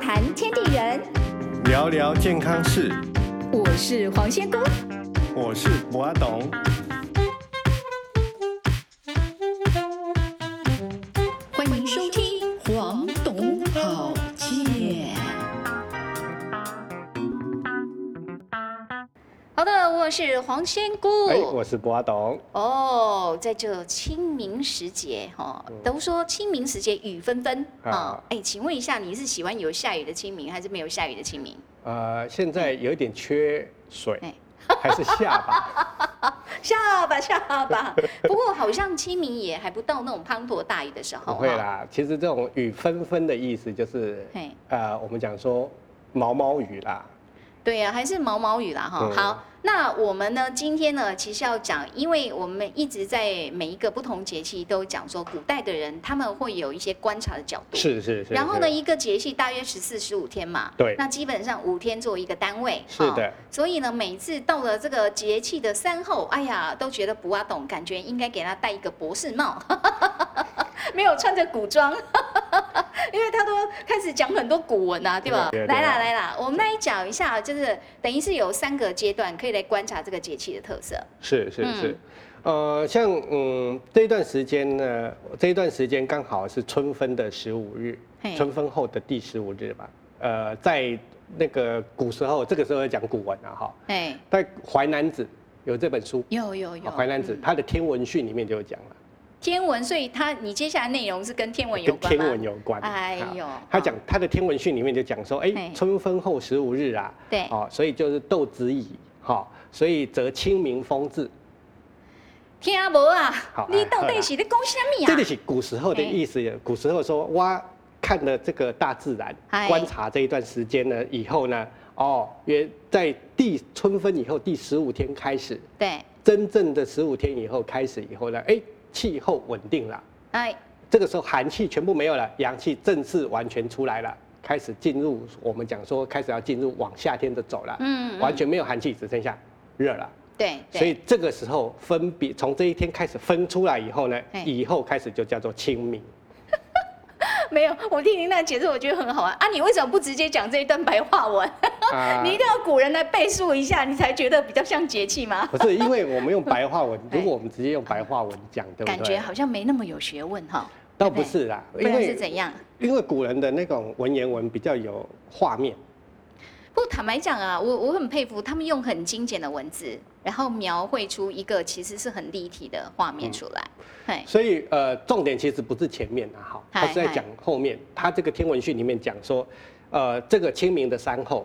谈天地人，聊聊健康事，我是黄仙姑。我是博阿董。欢迎收听《黄董好见》。好的，我是黄仙姑。哎、我是博阿董。哦，在这清明时节，哈、哦，嗯都说清明时节雨纷纷啊。哎、啊请问一下，你是喜欢有下雨的清明，还是没有下雨的清明？呃，现在有一点缺水哎， 还是下吧。 下吧，下 吧。 不过好像清明也还不到那种滂沱大雨的时候。啊不会哈。啦，其实这种雨纷纷的意思就是嘿，呃，我们讲说毛毛雨啦。对呀、还是毛毛雨啦哈。嗯好，那我们呢，今天呢，其实要讲，因为我们一直在每一个不同节气都讲说，古代的人他们会有一些观察的角度。是是是。然后呢，是？一个节气大约十四十五天嘛，对那基本上五天做一个单位，是的哦所以呢，每次到了这个节气的三后，哎呀，都觉得不阿懂，感觉应该给他戴一个博士帽， 没有穿着古装， 因为他都开始讲很多古文啊，对吧？对啊对啊对来啊啦来啦，我们来讲一下，就是等于是有三个阶段可以来观察这个节气的特色。是是嗯是，呃，像嗯这一段时间呢，这一段时间刚好是春分的十五日嘿，春分后的第十五日吧。呃，在那个古时候，这个时候要讲古文啊哈，哎，在《淮南子》有这本书，有有《有，淮南哦子》它的天文训里面就有讲了，天文，所以它你接下来内容是跟天文有跟关吗？天文有关。哎好呦他讲他的天文训里面就讲说，哎嘿，春分后十五日啊，对哦，所以就是斗子乙，哈，所以则清明风至。听无啊好，你哎到底好啦是在讲啊什么这呀、个是古时候的意思，古时候说哇，看了这个大自然哎，观察这一段时间呢，以后呢，哦，也在第春分以后第十五天开始，对，真正的十五天以后开始以后呢，哎，气候稳定了，哎，这个时候寒气全部没有了，阳气正式完全出来了，开始进入我们讲说开始要进入往夏天的走了，嗯嗯完全没有寒气，只剩下热了。对对，所以这个时候分别从这一天开始分出来以后呢嘿，以后开始就叫做 清明。 没有，我听您那解释，我觉得很好玩啊。你为什么不直接讲这一段白话文？啊 你一定要古人来背述一下，你才觉得比较像节气吗？，不是因为我们用白话文哎如果我们直接用白话文讲，对感不觉对？好像没那么有学问哈。倒对不对是啦，不因然是怎为样？因为古人的那种文言文比较有画面，不，坦白讲啊，我我很佩服他们用很精简的文字，然后描绘出一个其实是很立体的画嗯面出来。嘿，所以呃，重点其实不是前面啊，好，嗨他是在嗨讲后面。他这个天文训里面讲说，呃，这个清明的三候，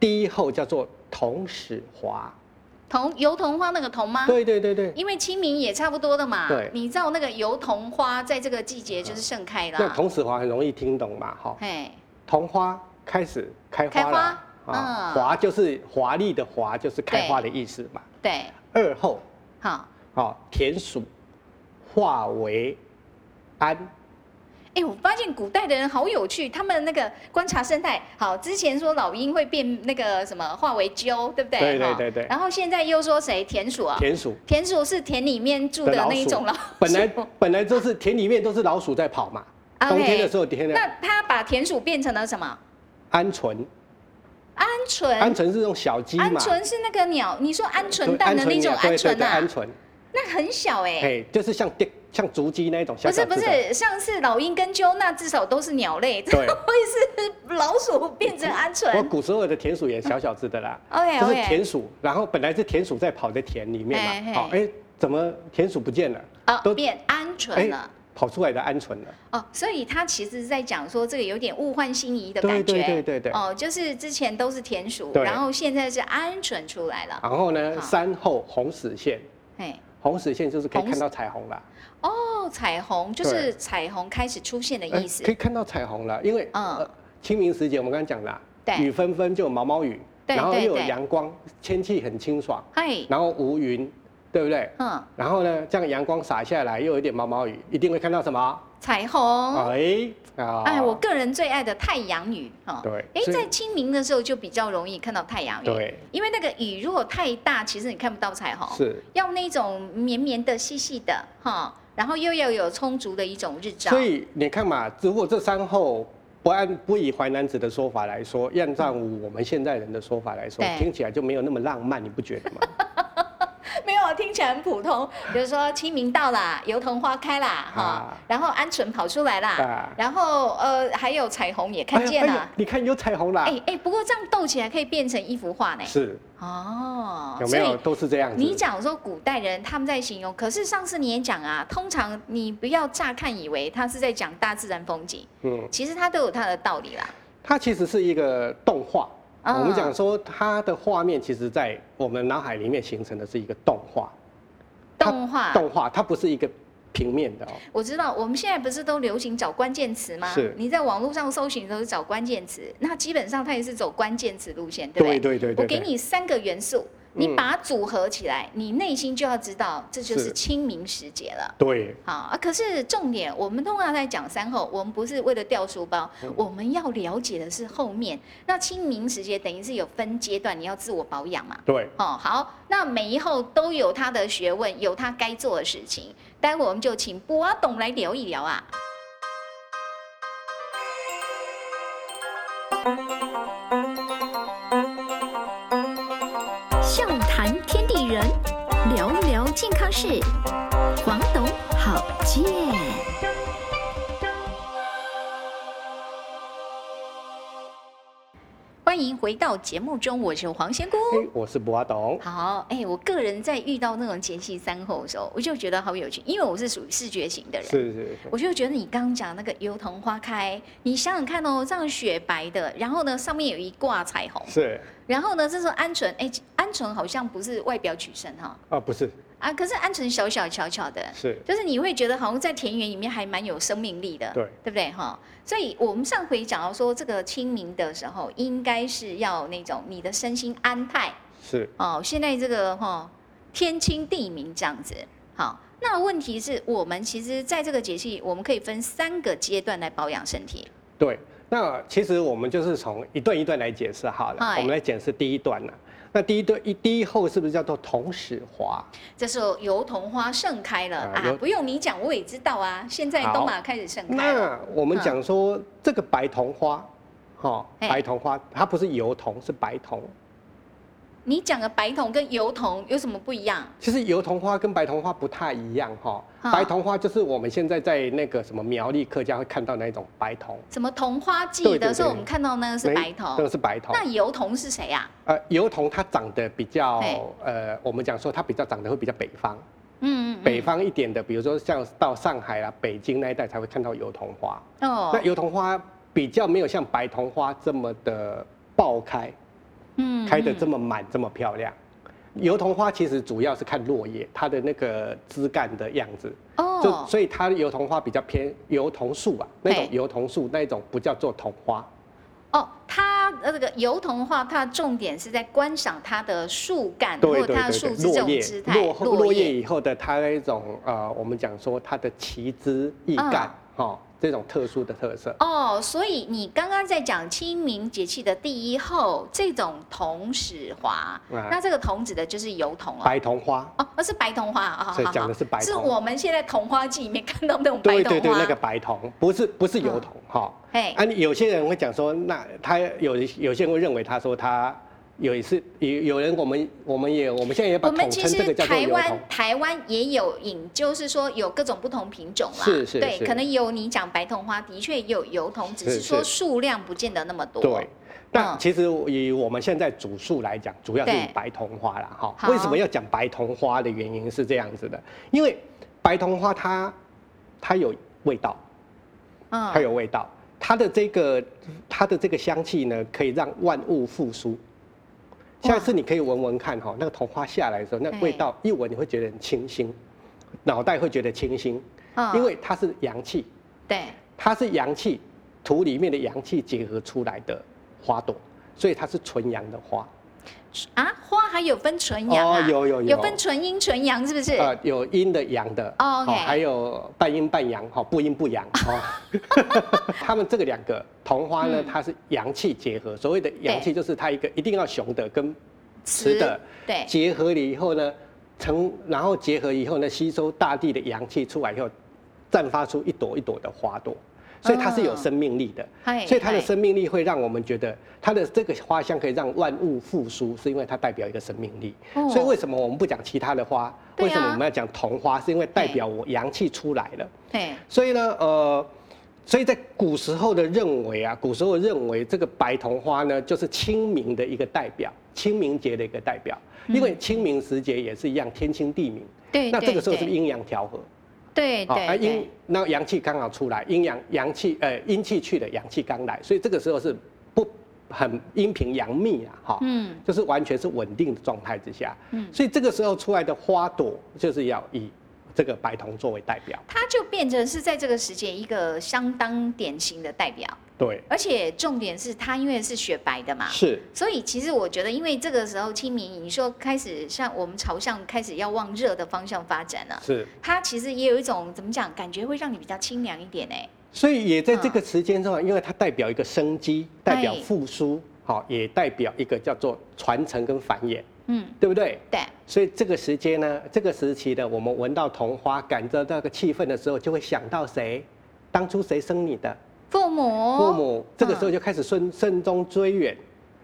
第一候叫做桐始华，桐油桐花那个桐吗？对对对对，因为清明也差不多的嘛，对你知道那个油桐花在这个季节就是盛开那啦，桐始华很容易听懂嘛，哈，嘿，桐花开始开开花花嗯了，啊，华就是华丽的华，就是开花的意思嘛。对，二候好，好，田鼠化为安，哎、我发现古代的人好有趣，他们那个观察生态，好，之前说老鹰会变那个什么化为鸠，对不对？对对哈对对然后现在又说谁田鼠啊？田鼠田鼠是田里面住的的老那一鼠种老鼠。本来本来就是田里面都是老鼠在跑嘛， OK 冬天的时候田里啊那他把田鼠变成了什么？鹌鹑，鹌鹑。鹌鹑是那种小鸡鹌嘛，鹑是那个鸟，你说鹌对鹑蛋的那种鹌对对鹑对，鹌啊？鹑，那很小哎、哎，就是像电像竹鸡那一种小不小是只的，不是，上次老鹰跟鸠那至少都是鸟类，这 对会是老鼠变成鹌我鹑？古时候的田鼠也小小只的啦， OK，OK 就是田鼠，然后本来是田鼠在跑在田里面嘿嘿嘛，好，哎，怎么田鼠不见了？啊，都哎变鹌鹑了。跑出来的鹌鹑了，哦，所以他其实是在讲说这个有点物换星移的感觉，对对对对对哦，就是之前都是田鼠，对然后现在是鹌鹑出来了，然后呢，好山后红死线，哎，红死线就是可以红看到彩虹啦。哦，彩虹就是对彩虹开始出现的哎意思可，以看到彩虹了，因为嗯呃清明时节我们刚刚讲啦对，雨纷纷就有毛毛雨，对然后对又有对阳光，天气很清爽，嘿，然后无云，对不对？嗯，然后呢，这样阳光洒下来，又有一点毛毛雨，一定会看到什么？彩虹，哎啊哦哎，我个人最爱的太阳雨，哦，对哎，所以在清明的时候就比较容易看到太阳雨，对，因为那个雨如果太大，其实你看不到彩虹，是，要那种绵绵的、细细的，哈、然后又要有充足的一种日照，所以你看嘛，如果这三后不按不以淮南子的说法来说，燕战舞我们现代人的说法来说对，听起来就没有那么浪漫，你不觉得吗？ 没有，听起来很普通。比如说清明到啦，油桐花开啦，哈、啊然后鹌鹑跑出来啦，啊然后呃还有彩虹也 看见哎啦。呀哎呀你看有彩虹啦哎、，哎、不过这样斗起来可以变成一幅画呢。是哦，有所没有以都是这样你子？讲说古代人他们在形容，可是上次你也讲啊，通常你不要乍看以为他是在讲大自然风景，嗯，其实他都有他的道理啦。它其实是一个动画。啊我们讲说它的画面，其实在我们脑海里面形成的是一个动画。它动画，动画它不是一个平面的哦。我知道，我们现在不是都流行找关键词吗？是你在网络上搜寻都是找关键词，那基本上它也是走关键词路线，对不对对？对对对。我给对你三个元素，嗯你把它组合起来，你内心就要知道这就是是清明时节了。对，好啊，可是重点，我们通常在讲三后，我们不是为了掉书包，我们要了解的是后面。那清明时节等于是有分阶段，你要自我保养嘛。对，哦，好，那每一后都有他的学问，有他该做的事情。待会我们就请博阿董来聊一聊啊。笑谈天地人，聊一聊健康事。黄董好健。欢迎回到节目中，我是黄仙姑。哎，我是博阿董，好，哎、我个人在遇到那种节气三候的时候，我就觉得好有趣，因为我是属于视觉型的人。是是是，我就觉得你刚刚讲那个油桐花开，你想想看哦，这样雪白的，然后呢上面有一挂彩虹，是然后呢这是鹌鹑，哎，鹌鹑好像不是外表取胜哈、啊，不是啊，可是鹌鹑小小巧巧的，是，就是你会觉得好像在田园里面还蛮有生命力的，对对不对哈？所以我们上回讲到说，这个清明的时候，应该是要那种你的身心安泰是哦。现在这个哈、天清地明这样子，好。那问题是我们其实在这个节气，我们可以分三个阶段来保养身体。对，那其实我们就是从一段一段来解释好了。嗨我们来解释第一段呢、那第一段一第一后是不是叫做同始华？这时候油桐花盛开了啊啊油不用你讲，我也知道啊。现在好东马开始盛开了，那我们嗯讲说这个白桐花，哈、哦，哎白桐花它不是油桐，是白桐。你讲的白桐跟油桐有什么不一样？其实油桐花跟白桐花不太一样哈、啊白桐花就是我们现在在那个什么苗栗客家会看到那一种白桐，什么桐花季对对的时候，对我们看到那个哦是没白那桐个，是白桐那。油桐是谁啊呀、呃，油桐它长得比较嘿呃，我们讲说它比较长得会比较北方，嗯嗯嗯，北方一点的，比如说像到上海啦、北京那一带才会看到油桐花。那哦，油桐花比较没有像白桐花这么的爆开，嗯开得这么么满、这么漂亮。油桐花其实主要是看落叶，它的那个枝干的样子，就哦，所以它的油桐花比较偏油桐树啊，那种嘿油桐树那种不叫做桐花，哦，它呃这个油桐的话，它的重点是在观赏它的树干或对者对它的对树对，枝这落种叶姿态，落后落叶以后的它那种呃，我们讲说它的旗枝翼干嗯哦，这种特殊的特色。哦，所以你刚刚在讲清明节气的第一候，这种桐始华，啊那这个桐指的就是油桐哦。白桐花，哦，那是白桐花啊，所以好讲好的是白是桐我们现在桐花季里面看到那种白桐对花，嗯哎对对，那个白桐不是不是油桐哈。嘿，啊，有些人会讲说，那他有有些人会认为他说他有一次有有人我们我们也我们现在也把我统们其称这实个叫做台油桐湾。台湾也有引，就是说有各种不同品种啦。是是对，是可能有你讲白桐花，的确有油桐，只是是说是数量不见得那么多。对，那嗯其实以我们现在主数来讲，主要是对以白桐花啦，哈。好为什么要讲白桐花的原因是这样子的，因为白桐花它它有味道，它嗯，有味道，它的这个它的这个香气呢，可以让万物复苏。下次你可以闻闻看哈，那个桐花下来的时候，那个哎味道一闻你会觉得很清新，脑袋会觉得清新，嗯因为它是阳气，对，它是阳气土里面的阳气结合出来的花朵，所以它是纯阳的花。啊，花还有分纯阳啊，哦有有有分纯阴纯阳，是不是？呃，有阴的、阳的，哦，OK 还有半阴半阳，哈，不阴不阳， 哦。他们这个两个桐花呢嗯，它是阳气结合，所谓的阳气就是它一个一定要雄的跟雌的对，结合了以后呢，成然后结合以后呢，吸收大地的阳气出来以后，绽发出一朵一朵的花朵。所以它是有嗯生命力的。嗨所以它的嗨生命力会让我们觉得，它的这个花香可以让万物复苏，是因为它代表一个生命力。哦所以为什么我们不讲其他的花？对啊为什么我们要讲桐花？是因为代表我阳气出来了。嘿，所以呢，呃，所以在古时候的认为啊，古时候认为这个白桐花呢，就是清明的一个代表，清明节的一个代表。因为清明时节也是一样，天清地明。嗯对，那这个对时候是不是？对阴阳调和？对好，啊对阴对，那阳气刚好出来，阴阳阳气呃阴气去了，阳气刚来，所以这个时候是不很阴平阳密啊，哈、嗯就是完全是稳定的状态之下，嗯，所以这个时候出来的花朵就是要以这个白桐作为代表，它就变成是在这个时节一个相当典型的代表，对，而且重点是它因为是雪白的嘛，是所以其实我觉得，因为这个时候清明，你说开始像我们朝向开始要往热的方向发展了，是，它其实也有一种怎么讲，感觉会让你比较清凉一点哎。所以也在这个时间上，因为它代表一个生机，代表嗯哎复苏，好，也代表一个叫做传承跟繁衍，嗯，对不对？对，所以这个时间呢，这个时期呢，我们闻到桐花，感觉到那个气氛的时候，就会想到谁，当初谁生你的父母，父母，这个时嗯候就开始顺慎终追远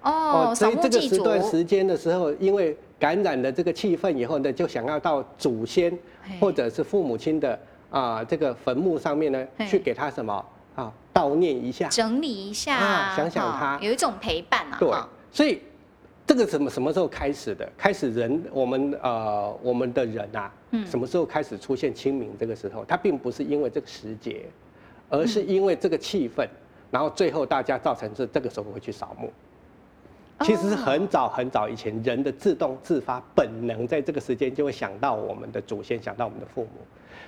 哦，所扫以墓这个祭时祖，段时间的时候，因为感染了这个气氛以后呢，就想要到祖先嘿或者是父母亲的啊、这个坟墓上面呢嘿，去给他什么啊悼念一下，整理一下，啊想想哈他有一种陪伴啊，对哈，所以这个什么什么时候开始的？开始人我们呃我们的人啊，嗯什么时候开始出现清明这个时候？它并不是因为这个时节，而是因为这个气氛，然后最后大家造成是这个时候会去扫墓。哦其实是很早很早以前，人的自动自发本能，在这个时间就会想到我们的祖先，想到我们的父母，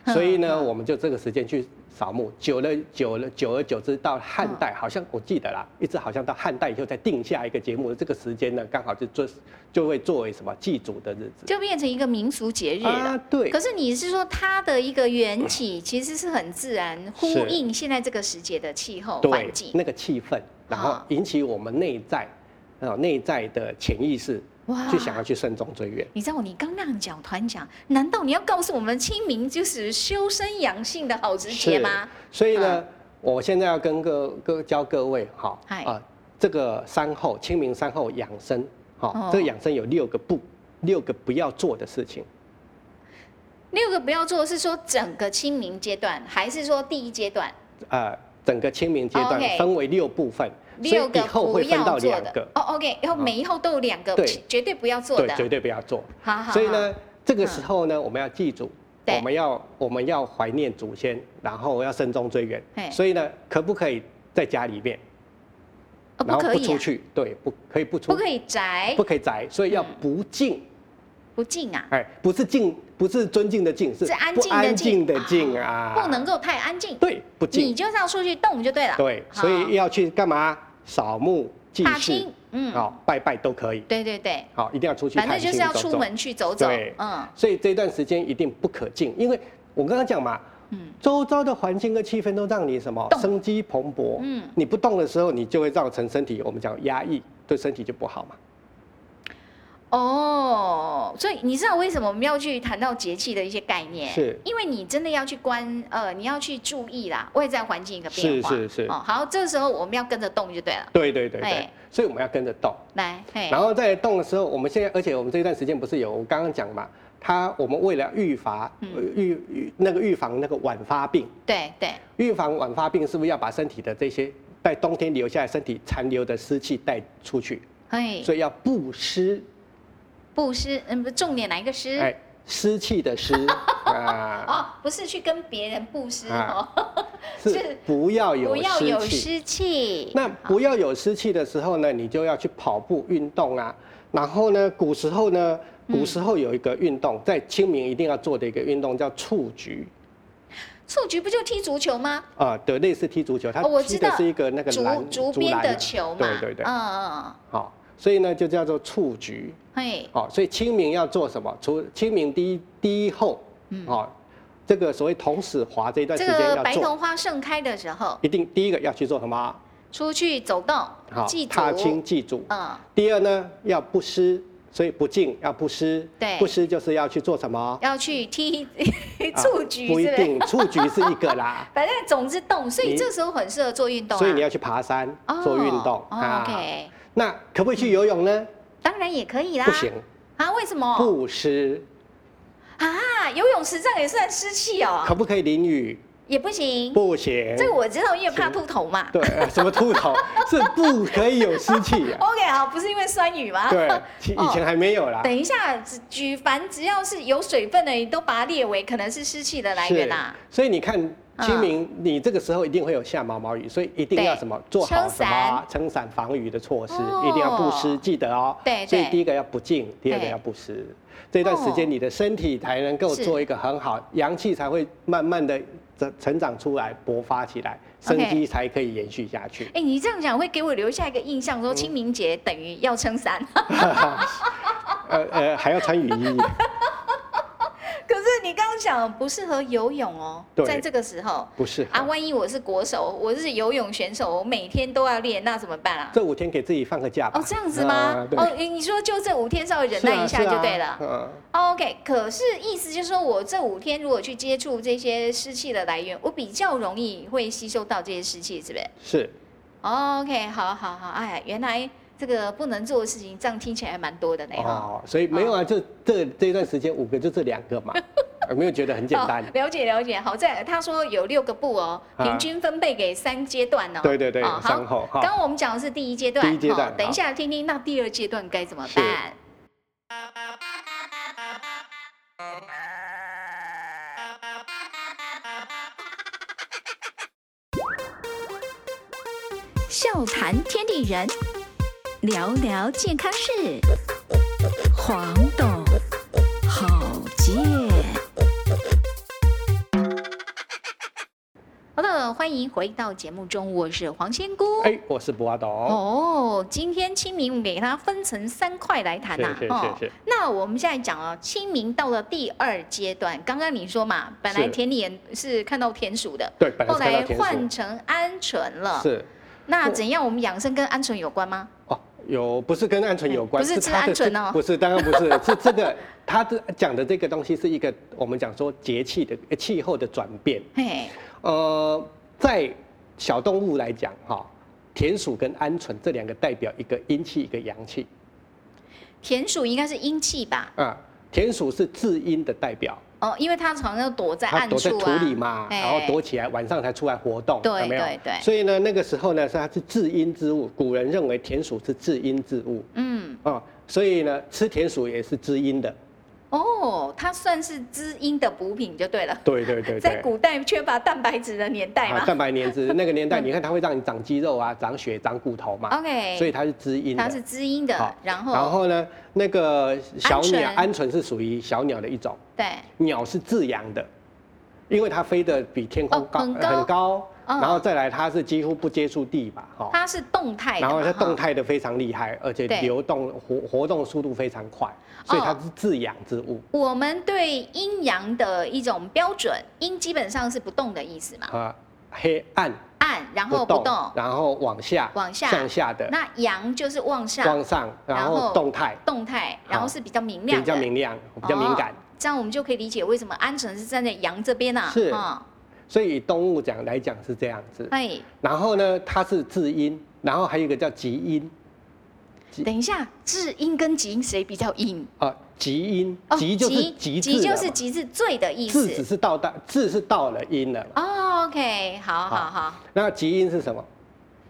嗯所以呢，嗯我们就这个时间去扫墓。久了，久了，久而久之，到汉代，好像我记得啦，一直好像到汉代以后才定下一个节目，这个时间呢，刚好就做就会作为什么祭祖的日子就变成一个民俗节日了。啊，对可，是你是说它的一个缘起其实是很自然，呼是应现在这个时节的气候环对境，。那个气氛，然后啊引起我们内在啊内在的潜意识哇去想要去慎终追远。你知道你刚那样讲，突然讲，难道你要告诉我们清明就是修身养性的好时节吗？嗯所以呢，我现在要跟各各教各位哈嗨啊，这个三后清明三后养生，好、哦这个养生有六个不，六个不要做的事情。六个不要做是说整个清明阶段，还是说第一阶段？呃，整个清明阶段哦 OK 分为六部分，所六以以个后不会分到要做两的个，哦，OK，然后嗯每一后都有两个对绝对不要做对，绝的，对不要做。好好好。嗯所以呢，这个时候呢，我们要记住，对我们要我们要怀念祖先，然后要慎终追远嘿。所以呢，可不可以在家里面，哦，然不后可不以啊、出去？对，不可以不出，不可以宅，不可以宅，所以要哎嗯不敬。不敬啊，哎，不是敬，不是尊敬的敬，是是安不静的安静静的敬啊，不能够太安静，对不你敬，就是要出去动就对了。对，好所以要去干嘛？扫墓、祭踏祀青，，嗯，好、拜拜都可以，对对对，好、一定要出去反正探就亲是要走出走。门去走走对，嗯所以这段时间一定不可敬，因为我刚刚讲嘛，嗯周遭的环境跟气氛都让你什么动生机蓬勃，嗯，你不动的时候，你就会造成身体我们讲压抑，对身体就不好嘛。哦，所以你知道为什么我们要去谈到节气的一些概念？是因为你真的要去观，呃，你要去注意啦，外在环境一个变化。是是是哦，好，这时候我们要跟着动就对了。对对对对哎，所以我们要跟着动。来，嘿然，后在动的时候，我们现在，而且我们这一段时间不是有我刚刚讲嘛，它我们为了预防嗯预预那个预防那个晚发病，对对，预防晚发病是不是要把身体的这些在冬天留下来身体残留的湿气带出去？嘿，所以要布湿，布施，嗯，不，重点来个施。哎，湿气的湿 啊，哦，不是去跟别人布施啊哦，是是不要有不要有湿气。湿气。那不要有湿气的时候呢，你就要去跑步运动啊。然后呢，古时候呢，嗯古时候有一个运动，在清明一定要做的一个运动叫蹴鞠。蹴鞠不就踢足球吗？啊，对，类似踢足球，它哦我踢知的道是一个那个竹篮竹编篮的啊球嘛。对对对，嗯嗯，嗯好，所以呢就叫做蹴鞠，嘿，好，所以清明要做什么？除清明第一第一后，嗯，好，这个所谓同始华这一段时这间个要白做，桐花盛开的时候，一定第一个要去做什么？出去走动好，祭踏青祖，祭祖。嗯，第二呢，要不施，所以不净要不湿，对不湿就是要去做什么？要去踢啊 蹴鞠，不一是不是？，定，蹴鞠是一个啦 反正总之动，所以你这时候很适合做运动、啊。所以你要去爬山哦做运动啊哦 OK，那可不可以去游泳呢？当然也可以啦。不行，啊？为什么？不湿，啊，游泳池这样也算湿气哦，可不可以淋雨？也不行。不行，这个我知道，因为怕秃头嘛。对， 呃什么秃头是不可以有湿 气啊？ OK，好，不是因为酸雨吗？对，其以前还没有啦。 等一下，只举凡只要是有水分的，你都把它列为可能是湿气的来源啊嗯啦。是所以你看清明，你这个时候一定会有下毛毛雨，所以一定要对什么做好撑什伞么撑伞防雨的措施，哦一定要不湿，记得哦。对对所以第一个要不净，第二个对要不湿。这段时间你的身体才能够是做一个很好，阳气才会慢慢的成成长出来，勃发起来，生 OK 机才可以延续下去。哎、你这样讲会给我留下一个印象，说嗯清明节等于要撑伞。呃呃，还要穿雨衣。可是你刚刚讲不适合游泳哦，对在这个时候不是 啊，万一我是国手，我是游泳选手，我每天都要练，那怎么办啊？这五天给自己放个假吧。哦，这样子吗啊？对哦，你你说就这五天稍微忍耐一下就对了。哦是啊是啊 OK，可是意思就是说我这五天如果去接触这些湿气的来源，我比较容易会吸收到这些湿气，是不是哦嗯，是。 ？OK，好好好，哎呀，原来这个不能做的事情，这样听起来还蛮多的呢。哎哈哦，所以没有啊，就这这一段时间五个就这两个 嘛，有没有觉得很简单哦？了解了解。好在他说有六个步哦，啊平均分配给三阶段哦。对对对哦，三好。后刚哈。刚我们讲的是第一阶段，第一阶段哦等一好下听听那第二阶段该怎么是办。笑谈天地人，聊聊健康事。黄董好健。好的，欢迎回到节目中，我是黄仙姑。哎，我是不阿董，哦，今天清明我们给它分成三块来谈呐、是是哦是是那我们现在讲哦，清明到了第二阶段，刚刚你说嘛，本来是田里人是看到田鼠的，对，本来后是看到来田换鼠，成鹌鹑了。是那我怎样？我们养生跟鹌鹑有关吗？哦，有不是跟鹌鹑有关，嗯不是吃它的鹌鹑哦不是，当然不是， 是这个他这讲的这个东西是一个我们讲说节气的呃气候的转变，嘿，呃，在小动物来讲哈，田鼠跟鹌鹑这两个代表一个阴气一个阳气。田鼠应该是阴气吧？啊，田鼠是至阴的代表，哦，因为它常常躲在它暗躲在处土啊，里嘛，哎然后躲起来，晚上才出来活动，对有没有？对对所以呢，那个时候呢，是它是至阴之物，古人认为田鼠是至阴之物嗯，啊、所以呢，吃田鼠也是滋阴的。哦，它算是滋阴的补品就对了。对对对在对。古代缺乏蛋白质的年代啊嘛。蛋白黏质那 个年代，你看它会让你长肌肉啊，长血、长骨头嘛， OK，所以它是滋阴哦的。哎它是滋阴好的，然后然后呢，那个小鸟鹌鹑鹌鹑是属于小鸟的一种。对，鸟是自养的，因为它飞得比天空哦高、很高高嗯然后再来它是几乎不接触地吧，哈、它是动态的然嘛，后它哈动态的非常厉害，而且对哦流动活活动速度非常快，所以它是自养之物我们对阴阳的一种标准，阴基本上是不动的意思嘛，啊、黑暗暗然后不动，然后往下往下向下的那阳就是往上往上，然然后后动态动态，然后是比较明亮比的，较明亮，比较敏感。哦这样我们就可以理解为什么鹌鹑是站在阳这边啊，是啊，所以以动物讲来讲是这样子。哎，然后呢，它是至阴，然后还有一个叫极阴等一下，至阴跟极阴谁比较阴？啊，极阴，极就是极致哦极了就是嘛极致醉的意字只思。是到达，字是到了音了嘛。哦，OK，好好好好，那极音是什么？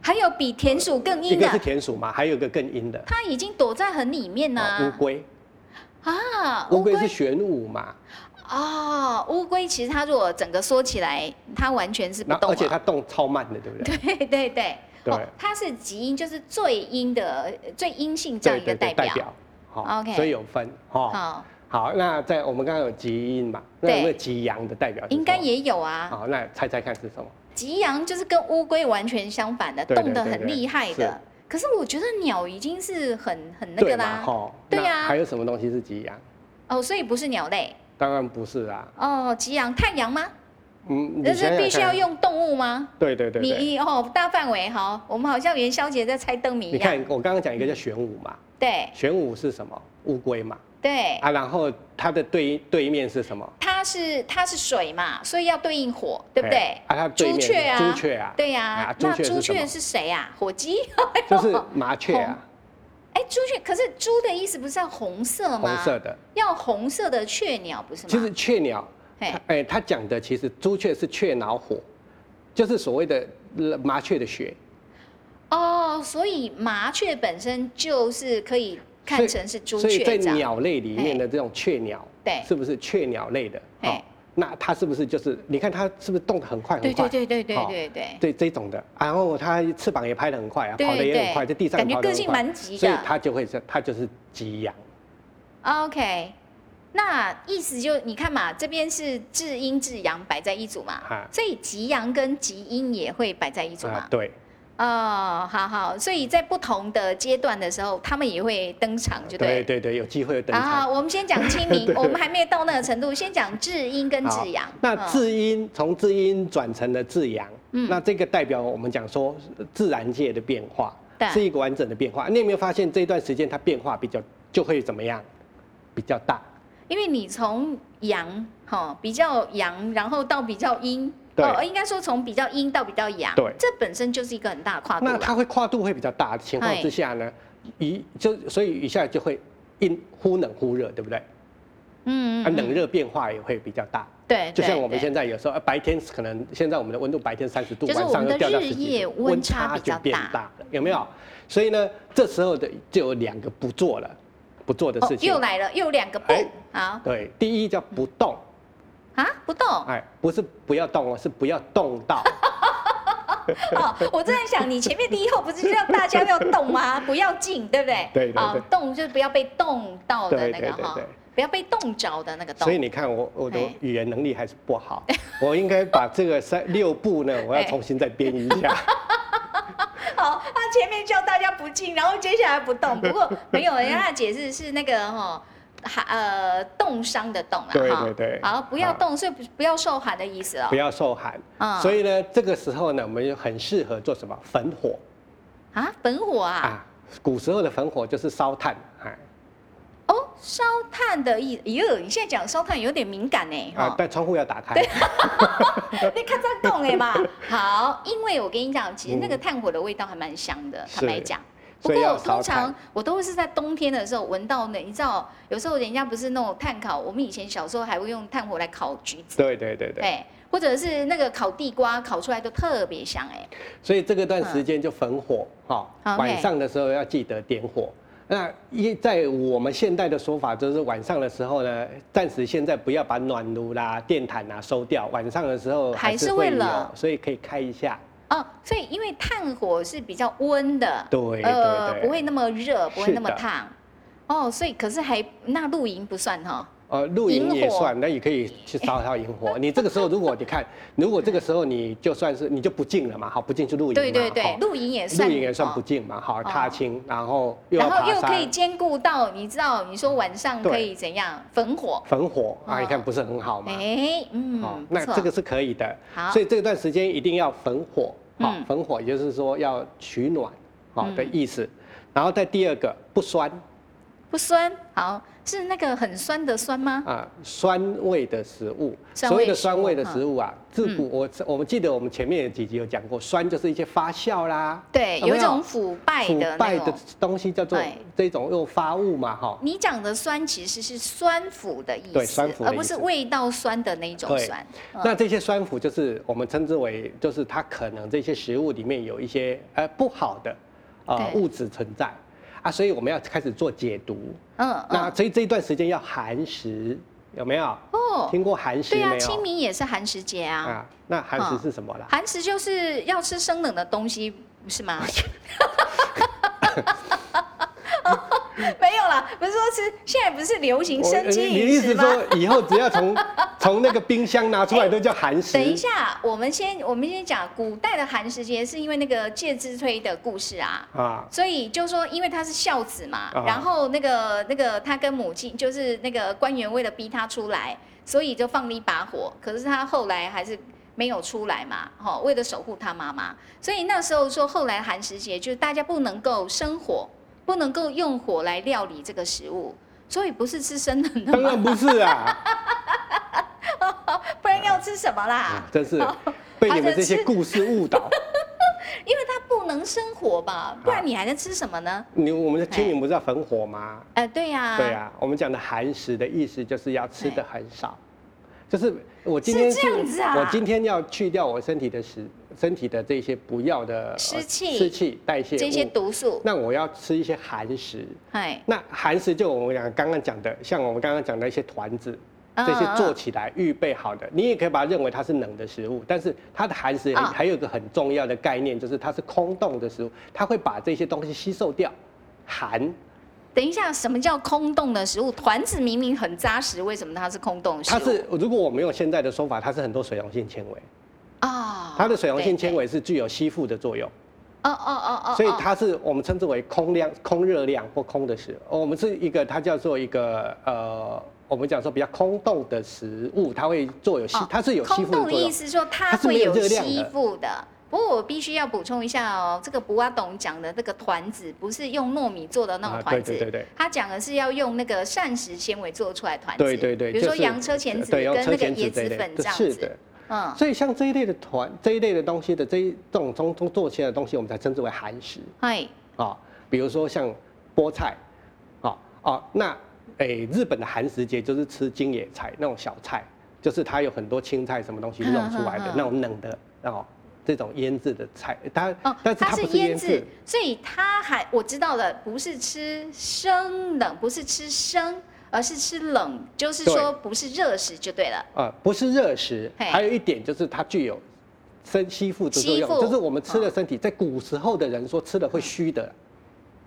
还有比田鼠更一阴啊个的是，田鼠嘛，还有一个更阴的，它已经躲在很里面啊乌啦。龟。啊，乌龟是玄武嘛，哦，乌龟其实它如果整个缩起来，它完全是不然后动而且啊。它动超慢的，对不对？ 对对对，对哦，它是极阴，就是最阴的、呃最阴性这样一个代表。代表。好 OK 所以有分哦。哦，好，那在我们刚刚有极阴嘛，那对有没有极阳的代表是什么？应该也有啊。好，那猜猜看是什么？极阳就是跟乌龟完全相反的，对对动得对很对厉害的是。可是我觉得鸟已经是很很那个啦嘛，。哈对那呀还有什么东西是极阳？哦，所以不是鸟类。当然不是啊。哦，极阳太阳吗？嗯，那你是想想必须要看。用动物吗？对对对你对。你哦，大范围哈，我们好像元宵节在猜灯谜一你样看。，我刚刚讲一个叫玄武嘛，对玄武是什么？乌龟嘛。对，啊，然后它的对对面是什么？它是它是水嘛，所以要对应火，对不对哎？啊它对朱面雀啊，朱雀啊对呀、啊那朱雀是朱什雀么是谁啊？火鸡？ 就是麻雀啊，哎，朱雀，可是朱的意思不是要红色吗？红色的。要红色的雀鸟不是吗？其实雀鸟，嘿它哎，它讲的其实朱雀是雀脑火，就是所谓的呃麻雀的血。哦，所以麻雀本身就是可以看成是朱所以雀在这样。鸟类里面的这种雀鸟，对是不是雀鸟类的？嘿哦，那它是不是就是你看它是不是动得很快对很快？对对对对哦对对，对这种的，然后它翅膀也拍得很快啊，对跑得也很快，对在地上感觉跑个得很性快蛮急的所以它就会是它就是急羊， OK，那意思就你看嘛，这边是至阴至阳摆在一组嘛，啊所以极阳跟极阴也会摆在一组嘛啊。对，哦，好好，所以在不同的阶段的时候，他们也会登场，就对对。对对，有机会登啊，场。我们先讲清 明，我们还没有到那个程度，先讲至阴跟好至阳。那嗯至阴从至阴转成了至阳，嗯那这个代表我们讲说呃自然界的变化对，是一个完整的变化。你有没有发现这段时间它变化比较就会怎么样？比较大，因为你从阳哈、哦比较阳，然后到比较阴，对哦，应该说从比较阴到比较阳，对这本身就是一个很大的跨度那它了。会跨度会比较大的情况之下呢，一就所以一下就会因忽冷忽热，对不对？嗯啊，冷热变化也会比较大。对，就像对我们对现在有时候呃白天可能现在我们的温度白天三十度，就是晚我们上的又掉到日十几夜度，温差比较就变大嗯大了，有没有？所以呢，这时候的就有两个不做了，不做的哦事，情又。来了，又两个不、哎好对，第一叫不动，啊，不动哎，不是不要动哦，是不要动到。哦。我正在想，你前面第一后不是叫大家要动 吗？不要静，对不对？对对啊对动就是不要被冻到的对那个对对哈对，不要被冻着的那个所以冻。你看我我的哎语言能力还是不好，我应该把这个三六步呢，我要哎重新再编一 下。好，他前面叫大家不静，然后接下来不 动。不过没有，人家的解释是那个哈。寒呃冻伤的冻啦，啊对哈对对好不要啊冻，所以不不要受寒的意思哦不。要受寒。嗯所以呢，这个时候呢，我们就很适合做什么？焚火啊，焚火啊，啊。古时候的焚火就是烧炭，哎哦，烧炭的意，哟，你现在讲烧炭有点敏感呢，啊哈，，但窗户要打开。 你看这动哎嘛。好，因为我跟你讲，其实那个炭火的味道还蛮香的，坦白嗯是讲。不所以要过通烧炭常我都会是在冬天的时候闻到那，你知道，有时候人家不是那种炭烤，我们以前小时候还会用炭火来烤橘子，对对对对。哎，或者是那个烤地瓜，烤出来都特别香哎。所以这个段时间就焚火哈好，晚上的时候要记得点火。那一在我们现代的说法，就是晚上的时候呢，暂时现在不要把暖炉啦、电毯啊收掉，晚上的时候还还是是会会有冷，所以可以开一下。哦，所以因为炭火是比较温的，对呃，对对不会那么热，不会是那么的烫。哦，所以可是还那露营不算哈、呃，露萤营也火算，那也可以去烧烧萤火。你这个时候，如果你看，如果这个时候你就算是你就不进了嘛，好，不进去露营嘛，对对对好，露营也露算，营也算不哦进嘛，好，哦踏青，然后又要然后爬又可以山，兼顾到，你知道，你说晚上对可以怎样焚火？焚火啊，哦你看不是很好吗？哎，嗯，哦，不那错这个是可以的好，所以这段时间一定要焚火，好嗯，焚火也就是说要取暖，好嗯的意思。然后再第二个不酸不酸，好，是那个很酸的酸吗？啊，酸味的食物，酸味嗯所谓的食物酸味的哈食物啊，自古我我们记得我们前面几集有讲过，酸就是一些发酵啦，对，有没一种腐败腐的那败的种。东西叫做哎这种用发物嘛，哈，你讲的酸其实是酸腐的意对思酸，腐的而不意是思味道酸的那一种对酸。嗯那这些酸腐就是我们称之为，就是它可能这些食物里面有一些呃不好的呃对物质存在啊，所以我们要开始做解毒。嗯那嗯，所以这一段时间要寒食，有没有？哦，听过寒食对啊，没清有？明也是寒食节啊。啊，那寒食是什么啦？寒食就是要吃生冷的东西，不是 吗？ 没有啦，不是说吃，现在不是流行我呃生你机你饮意食思吗？哎说以后只要从从那个冰箱拿出来都叫寒食？ 等一下，我们先我们先讲古代的寒食节，是因为那个介之推的故事啊。啊，所以就说，因为他是孝子嘛，啊然后那个那个他跟母亲，就是那个官员为了逼他出来，所以就放了一把火。可是他后来还是没有出来嘛，哦，为了守护他妈妈，所以那时候说后来寒食节就是大家不能够生火，不能够用火来料理这个食物，所以不是吃生冷的当吗？然不是啊， 不然要吃什么啦？真是被你们这些故事误导。因为它不能生火吧，不啊然你还能吃什么呢？你我们的清哎明不是要焚火吗？呃，对呀、对啊，我们讲的寒食的意思就是要吃的很少，就是我今是天这样子啊我今天要去掉我身体的食身体的这些不要的呃湿气湿气代谢这些物毒素，那我要吃一些寒食。哎，那寒食就我们讲刚刚讲的，像我们刚刚讲的一些团子，嗯这些做嗯起来预备好的，你也可以把它认为它是冷的食物，但是它的寒食嗯还有一个很重要的概念，就是它是空洞的食物，它会把这些东西吸收掉，寒等一下，什么叫空洞的食物？团子明明很扎实，为什么它是空洞的食物？它是如果我们用现在的说法，它是很多水溶性纤维，啊，它的水溶性纤维，维是具有吸附的作用，哦哦哦哦，所以哦它是我们称之为空量、空热量或空的食。我们是一个它叫做一个呃，我们讲说比较空洞的食物，它会做有吸哦，它是有吸空附洞的的作意用。思说它它是会没有有热量的吸附的。不过我必须要补充一下哦，这个不阿董讲的那个团子不是用糯米做的那种啊团子，对对对对他讲的是要用那个膳食纤维做出来的团子，对对对，比如说就是洋车前子对跟洋那车个前椰这一子类粉的这样是的子，。嗯，所以像这一类的团、这一类的东西的这一这种中中做起来的东西，我们才称之为寒食。嗨，啊、比如说像菠菜，啊、哦，那诶、日本的寒食节就是吃京野菜那种小菜，就是它有很多青菜什么东西弄出来嗯的嗯嗯那种冷的哦，这种腌制的菜，它、哦，但是它是不是腌制制，，所以它还我知道了，不是吃生冷，不是吃生，而是吃冷，就是对说不是热食就对了。呃，不是热食，嘿还有一点就是它具有身吸附的作吸用，附就是我们吃哦了身体，在古时候的人说吃了会虚的，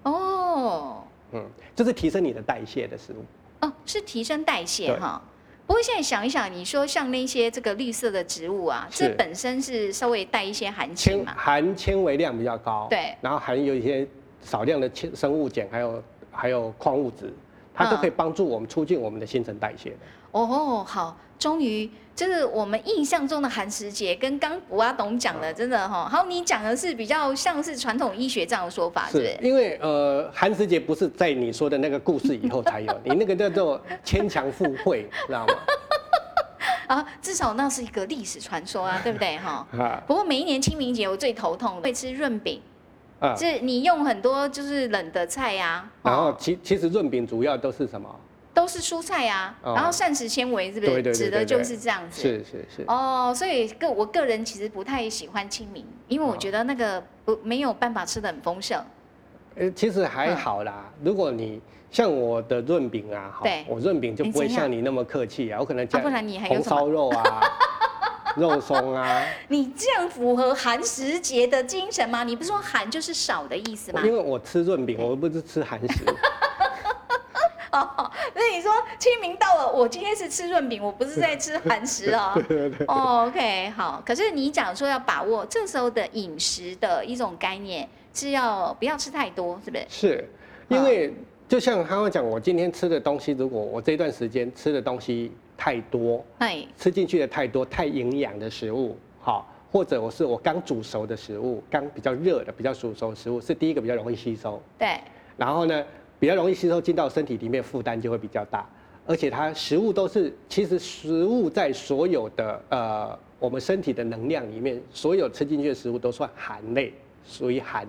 哦，嗯，就是提升你的代谢的食物。哦，是提升代谢对哈。不过现在想一想，你说像那些这个绿色的植物啊，是这本身是稍微带一些寒气纤嘛，含纤维量比较高，对然后含有一些少量的纤生物碱，还有还有矿物质，它都嗯可以帮助我们促进我们的新陈代谢的。哦，好，终于就是我们印象中的寒食节，跟刚吴阿董讲嗯的真的哈、好，你讲的是比较像是传统医学这样的说法，是不是？因为呃，寒食节不是在你说的那个故事以后才有，你那个叫做牵强附会， 知道吗？啊，至少那是一个历史传说 啊，对不对哈？啊不过每一年清明节我最头痛的会吃润饼，啊，就是你用很多就是冷的菜呀、啊，然后哦其其实润饼主要都是什么？都是蔬菜呀、啊，哦然后膳食纤维是不是对对对指对的对就是这样子？是是是，哦，所以个我个人其实不太喜欢清明，因哦为我觉得那个不没有办法吃的很丰盛。呃，其实还好啦。如果你像我的润饼啊，哈嗯对我润饼就你不会怎样像你那么客气啊，我可能啊加不然你还有红什么烧肉 啊、肉松啊。你这样符合寒食节的精神吗？你不是说寒就是少的意思吗？因为我吃润饼，我不是吃韩 食，哦，那你说清明到了，我今天是吃润饼，我不是在 吃寒食哦。哦，OK，好。可是你讲说要把握这时候的饮食的一种概念是要不要吃太多，是不是？是嗯因为就像他会讲，我今天吃的东西，如果我这段时间吃的东西太多，哎，吃进去的太多太营养的食物，好，或者我是我刚煮熟的食物，刚比较热的、比较煮熟的食物，是第一个比较容易吸收，对，然后呢，比较容易吸收进到身体里面，负担就会比较大。而且它食物都是，其实食物在所有的呃我们身体的能量里面，所有吃进去的食物都算含类，属于含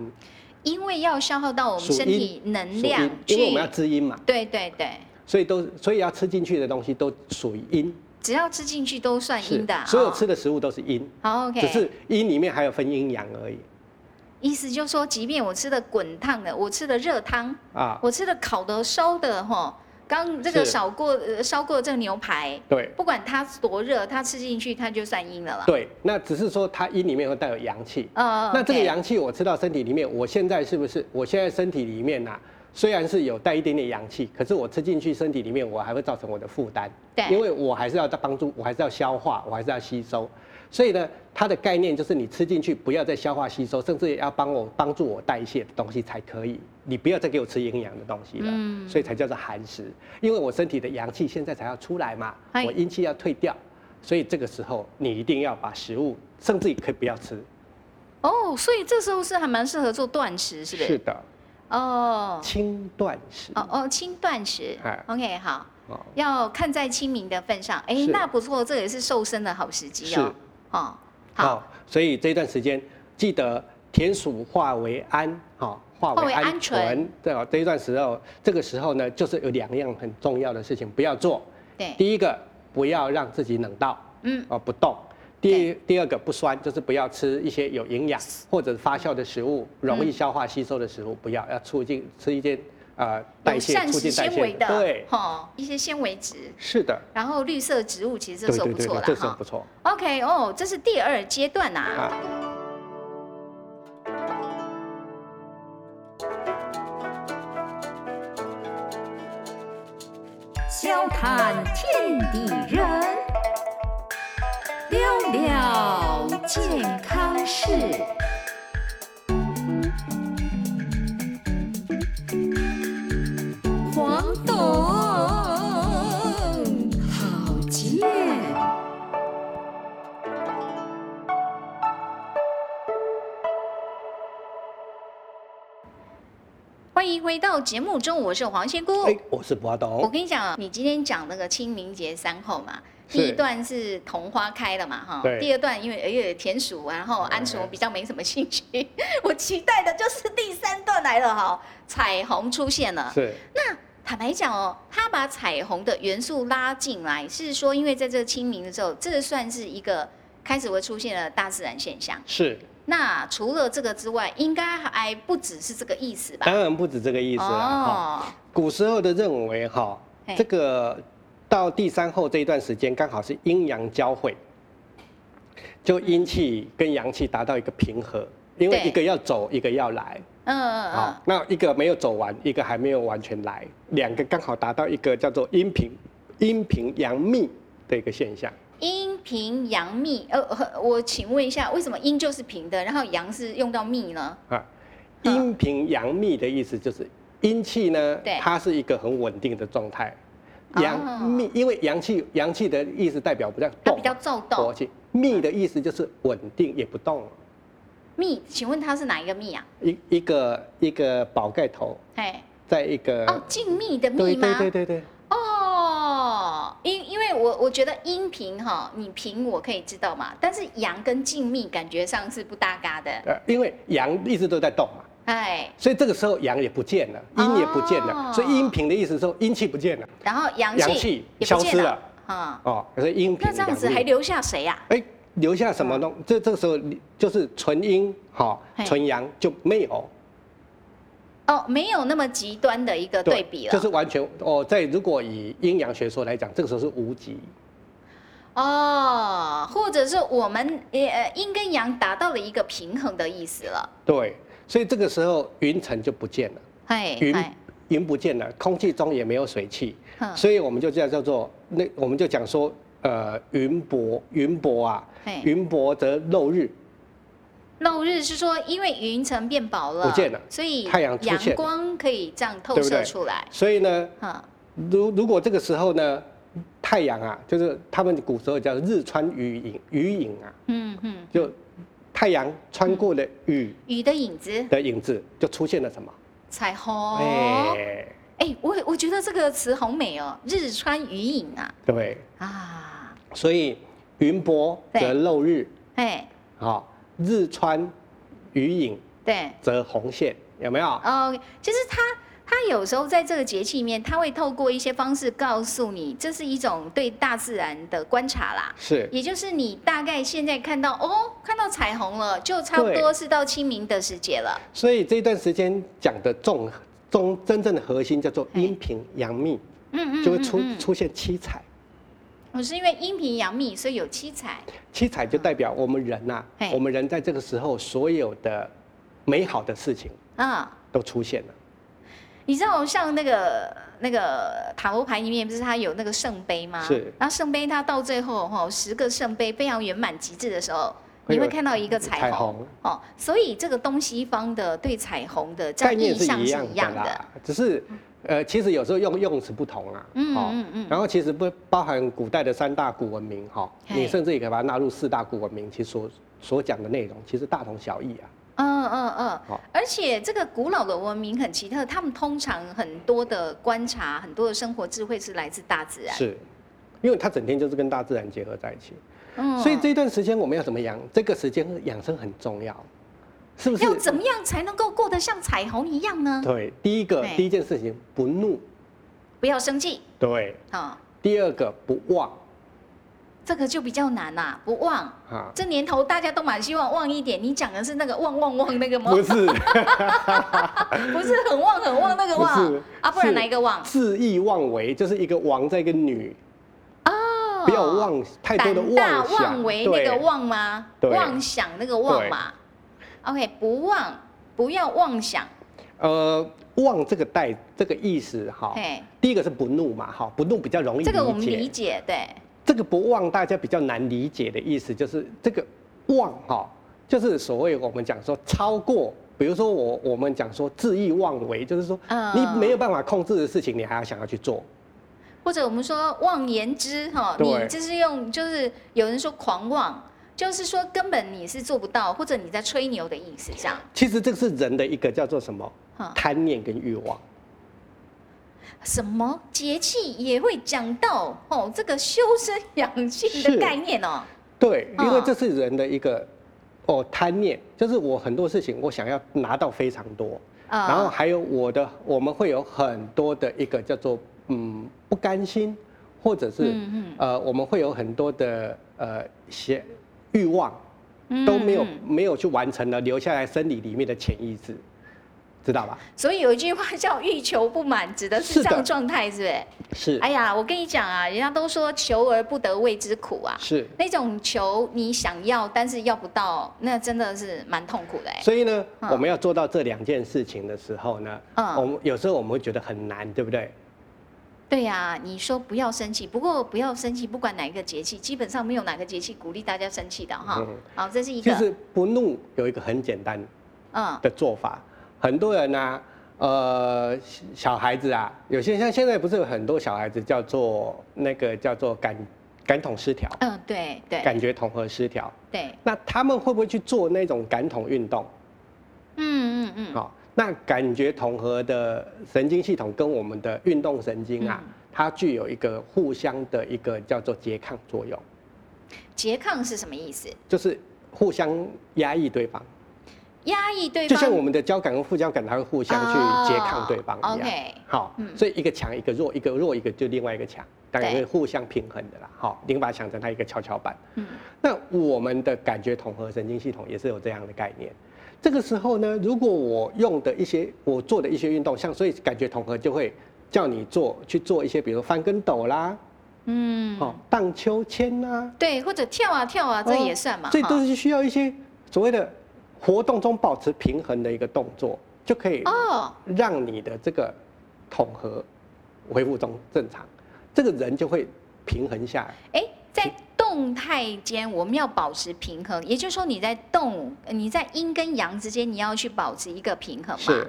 因为要消耗到我们属身阴体能属量阴去，因为我们要滋阴嘛，对对对，所以都所以要吃进去的东西都属于阴，只要吃进去都算是阴的啊。所有吃的食物都是阴，好只 OK，是阴里面还有分阴阳而已意思就是说，即便我吃的滚烫的，我吃的热汤，啊。我吃的烤的、烧的，哈，刚这个是烧过、呃、烧过这个牛排，对不管它多热，它吃进去它就算阴了啦。对，那只是说它阴里面会带有阳气，呃那这个 OK 阳气我吃到身体里面，我现在是不是？我现在身体里面呐、虽然是有带一点点阳气，可是我吃进去身体里面，我还会造成我的负担。对因为我还是要帮助，我还是要消化，我还是要吸收。所以呢，它的概念就是你吃进去，不要再消化吸收，甚至也要帮我帮助我代谢的东西才可以。你不要再给我吃营养的东西了，嗯所以才叫做寒食。因为我身体的阳气现在才要出来嘛，嗨我阴气要退掉，所以这个时候你一定要把食物，甚至可以不要吃。哦，所以这时候是还蛮适合做断食，是不是？的。哦轻断食。哦哦，轻断食哎。 OK，好，哦，要看在清明的份上。哎，是那不错，这也是瘦身的好时机哦。哦，好，好，所以这段时间记得田鼠化为安，好、化化为为鹌鹑鹌鹑。对哦，这一段时候，这个时候呢，就是有两样很重要的事情不要做。对，第一个，不要让自己冷到嗯，哦不动。第第二个不酸，就是不要吃一些有营养或者发酵的食物，容易消化吸收的食物，不要要促进吃一些呃代有谢，膳促食进代纤维谢。的，对，哦，一些纤维质，是的，然后绿色植物其实对这时候对不对错对了，这时候哈不。错 OK，哦，这是第二阶段呐、啊。笑谈天地人，聊聊健康事。黄董，好见。欢迎回到节目中，我是黄仙姑。哎，我是不阿哦我东，跟你讲，你今天讲那个清明节三候嘛，是第一段是桐花开了嘛，哈，对第二段因为也有田鼠，然后鹌鹑哎我比较没什么兴趣，我期待的就是第三段来了哈，彩虹出现了。是那坦白讲哦，他把彩虹的元素拉进来，是说因为在这个清明的时候，这算是一个开始会出现了大自然现象。是。那除了这个之外，应该还不只是这个意思吧？当然不止这个意思了啊哈、哦，古时候的认为哈嘿，这个到第三后这一段时间，刚好是阴阳交汇，就阴气跟阳气达到一个平衡，因为对一个要走，一个要来，嗯嗯嗯啊，，那一个没有走完，一个还没有完全来，两个刚好达到一个叫做阴平、阴平阳密的一个现象。阴平阳密，呃，呃我请问一下，为什么阴就是平的，然后阳是用到密呢？啊，嗯阴平阳密的意思就是阴气呢对，它是一个很稳定的状态。哦阳密，因为阳气，阳气的意思代表不叫它动，比较躁活动。气。密的意思就是稳定也不动，密，请问它是哪一个密啊？一一个一个宝盖头，哎，在一个、哦，静谧的密呃对吗？对对对对，哦，因因为我我觉得阴平哈，你平我可以知道嘛，但是阳跟静谧感觉上是不搭嘎的。呃，因为阳一直都在动嘛，哎，所以这个时候阳也不见了，阴也不见了，哦所以阴平的意思是说阴气不见了，然后阳阳气气也不消见失了啊、哦，所以阴平那这样子阳还密留下谁啊呀、哎，留下什么东？这这个时候你就是纯阴，好、嗯嘿纯阳就没有，哦，没有那么极端的一个对比了。就是完全哦。在如果以阴阳学说来讲，这个时候是无极，哦，或者是我们呃呃阴跟阳达到了一个平衡的意思了。对，所以这个时候云层就不见了，哎云哎，云不见了，空气中也没有水汽，哼所以我们就叫叫做那我们就讲说，呃，云薄云薄啊嘿，云薄则露日，露日是说因为云层变薄了，不见了所以太阳出现了阳光可以这样透对不射对出来。所以呢，嗯，如如果这个时候呢，太阳啊，就是他们古时候叫日穿雨影，雨影啊。嗯嗯，就太阳穿过了雨雨的影子，的影子，就出现了什么？彩虹。哎、哎、我我觉得这个词好美哦，日穿雨影啊对，啊，所以云薄则露日，哎，好、日穿雨影对，则红线，有没有？哦，就是它，它有时候在这个节气里面，它会透过一些方式告诉你，这是一种对大自然的观察啦。是，也就是你大概现在看到哦，看到彩虹了，就差不多是到清明的时节了。所以这段时间讲的重中真正的核心叫做哎阴平阳密，嗯嗯，就会出嗯嗯出现七彩。我是因为阴平阳密，所以有七彩。七彩就代表我们人呐、哎我们人在这个时候所有的美好的事情啊、都出现了。你知道像那个那个塔罗牌里面不是它有那个圣杯吗？是然后圣杯它到最后哈、哦，十个圣杯非常圆满极致的时候，你会有会看到一个彩虹。彩虹哦，所以这个东西方的对彩虹的这概样念意是向一是样一的样的。啦，只是呃，其实有时候用用词不同啊。嗯哦嗯嗯然后其实不包含古代的三大古文明哈，嘿你甚至也可以把它纳入四大古文明，其实所所讲的内容其实大同小异啊。嗯嗯嗯好。而且这个古老的文明很奇特，他们通常很多的观察、很多的生活智慧是啊来自大自然。是，因为它整天就是跟大自然结合在一起，嗯所以这段时间我们要怎么养？这个时间养生很重要，是不嗯是？要怎么样才能够过得像彩虹一样呢？对，第一个对第一件事情不怒，不要生气对，啊、第二个不忘这个就比较难啦、不忘。啊，这年头大家都蛮希望旺一点，你讲的是那个旺旺旺那个吗？不是不是很旺很旺那个不旺是啊，不然是哪一个旺？恣意妄为，就是一个王在一个女，哦不要妄太多的胆大妄妄想，为那对个妄吗？对妄想那个妄嘛。OK，不妄，不要妄想。呃，妄这个代这个意思哈，嘿，第一个是不怒嘛，哈，不怒比较容易这个我们理解。解，对，这个不忘大家比较难理解的意思，就是这个忘哈，就是所谓我们讲说超过，比如说我我们讲说恣意妄为，就是说嗯你没有办法控制的事情，你还要想要去做。或者我们说妄言之哈，对你就是用，就是有人说狂妄，就是说根本你是做不到，或者你在吹牛的意思，这样。其实这个是人的一个叫做什么哈，贪念跟欲望。什么节气也会讲到哦，这个修身养性的是概念哦。对，嗯因为这是人的一个哦贪念，就是我很多事情我想要拿到非常多，啊然后还有我的我们会有很多的一个叫做嗯不甘心，或者是嗯嗯呃我们会有很多的呃些欲望都没有嗯嗯没有去完成的，留下来生理里面的潜意识，知道吧？所以有一句话叫“欲求不满”，指的是是这的样的状态，是不是？是哎呀，我跟你讲啊，人家都说求而不得谓之苦啊，是，那种求你想要但是要不到，那真的是蛮痛苦的哎、所以呢，嗯我们要做到这两件事情的时候呢，嗯我们有时候我们会觉得很难，对不对？对呀、你说不要生气，不过不要生气，不管哪一个节气，基本上没有哪个节气鼓励大家生气的哈嗯。好，这是一其个，实不怒有一个很简单嗯，的做法，很多人呢、啊呃，小小孩子啊，有些像现在不是有很多小孩子叫做那个叫做感感统失调，嗯，对对感觉统合失调，对，那他们会不会去做那种感统运动？嗯嗯嗯，好、那感觉统合的神经系统跟我们的运动神经啊，嗯它具有一个互相的一个叫做拮抗作用，拮抗是什么意思？就是互相压抑对方。压抑对就方，像我们的交感跟副交感，它会互相去拮抗对方哦一样。 OK 好嗯，所以一个强一个弱，一个弱一个就另外一个强，大概对是互相平衡的啦。好，您把它想成它一个跷跷板。嗯那我们的感觉统合神经系统也是有这样的概念。这个时候呢，如果我用的一些我做的一些运动，像所以感觉统合就会叫你做去做一些，比如翻跟斗啦，嗯，哦，荡秋千啦，对，或者跳啊跳啊，这也算嘛，所以哈哦都是需要一些所谓的活动中保持平衡的一个动作，就可以哦，让你的这个统合恢复中正常，这个人就会平衡下来。哎，在动态间我们要保持平衡，也就是说你在动，你在阴跟阳之间，你要去保持一个平衡嘛。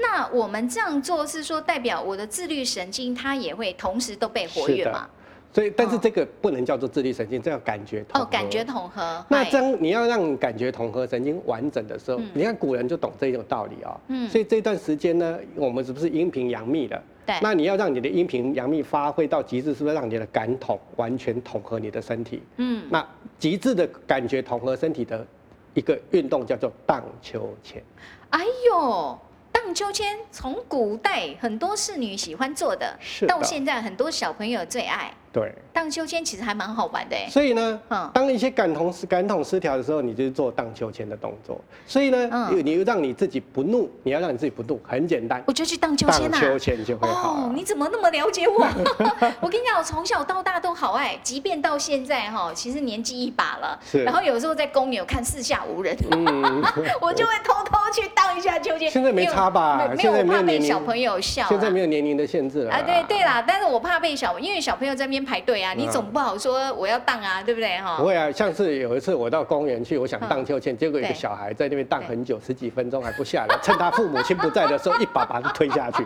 那我们这样做是说代表我的自律神经它也会同时都被活是跃的嘛？所以但是哦这个不能叫做自律神经，这叫感觉统哦，合。感觉。统合。那哎这样你要让感觉统合神经完整的时候嗯，你看古人就懂这种道理哦。嗯所以这段时间呢，我们是不是阴平阳秘的？对那你要让你的阴平阳秘发挥到极致，是不是让你的感统完全统合你的身体？嗯，那极致的感觉统合身体的一个运动叫做荡秋千。哎呦。荡秋千从古代很多侍女喜欢做的，是的到现在很多小朋友最爱对。荡秋千，其实还蛮好玩的哎。所以呢嗯，当一些感同感统失调的时候，你就做荡秋千的动作。所以呢，嗯你你让你自己不怒，你要让你自己不怒，很简单，我就去荡秋千啊。荡秋千就会好哦，了。你怎么那么了解我？ 我跟你讲，我从小到大都好爱，即便到现在哈，其实年纪一把了，是然后有时候在公园看四下无人，嗯， 我就会偷偷去荡一下秋千。现在没差吧因为没现在有，没我有怕被年龄小朋友笑啦。现在没有年龄的限制了啊，对对啦，但是我怕被小，因为小朋友在那边排队啊，你嗯总不好说我要荡啊，对不对哈不？会啊，像是有一次我到公园去，我想嗯荡秋千，结果有个对小孩在那边荡对很久，十几分钟还不下 来，趁他父母亲不在的时候，一把把他推下去。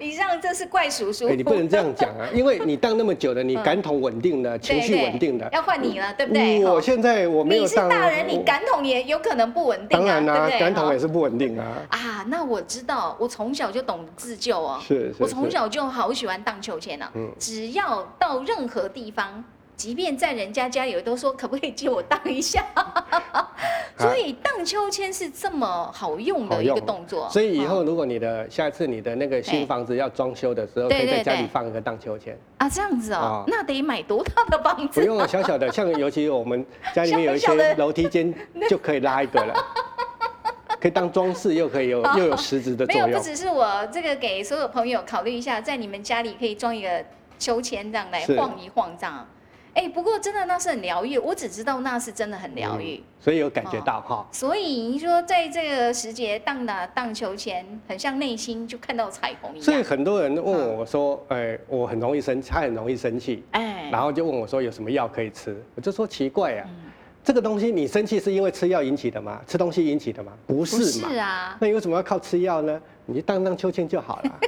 以上这是怪叔叔。哎，你不能这样讲 啊，因为你当那么久了，你感统稳定的，情绪稳定的嗯对对。要换你了，对不对？我哈现在我没有你是当啊。大人，你我感统也有可能不稳定当啊，然啦对不，对？感统哈也是不稳定啊。啊，那我知道，我从小就懂自救哦。是是我从是小就好喜欢荡秋千呢、啊嗯只要到任何地方，即便在人家家里，都说可不可以借我荡一 下。所以荡秋千是这么好用好的一用个动作。所以以哦后如果你的下次你的那个新房子要装修的时候，可对以在对家里对放一个荡秋千，啊这样子哦哦，那得买多大的房不子？用小小的，像尤其我们家里面有一小小些的楼梯间就可以拉一 个了，可以当装饰，又可以有又有实质的没作有，不用。只是我这个给所有朋友考虑一下，在你们家里可以装一个秋千这样来是晃一晃这样。哎，不过真的那是很疗愈，我只知道那是真的很疗愈。嗯哦所以有感觉到哈。所以你说在这个时节荡啊荡秋千，很像内心就看到彩虹一所以样。很多人问我说：“哎，我很容易生，他很容易生气。”嗯哎然后就问我说有什么药可以吃，我就说奇怪啊，嗯这个东西你生气是因为吃药引起的吗？吃东西引起的吗？不不是嘛？是啊，那你为什么要靠吃药呢？你就荡荡秋千就好了。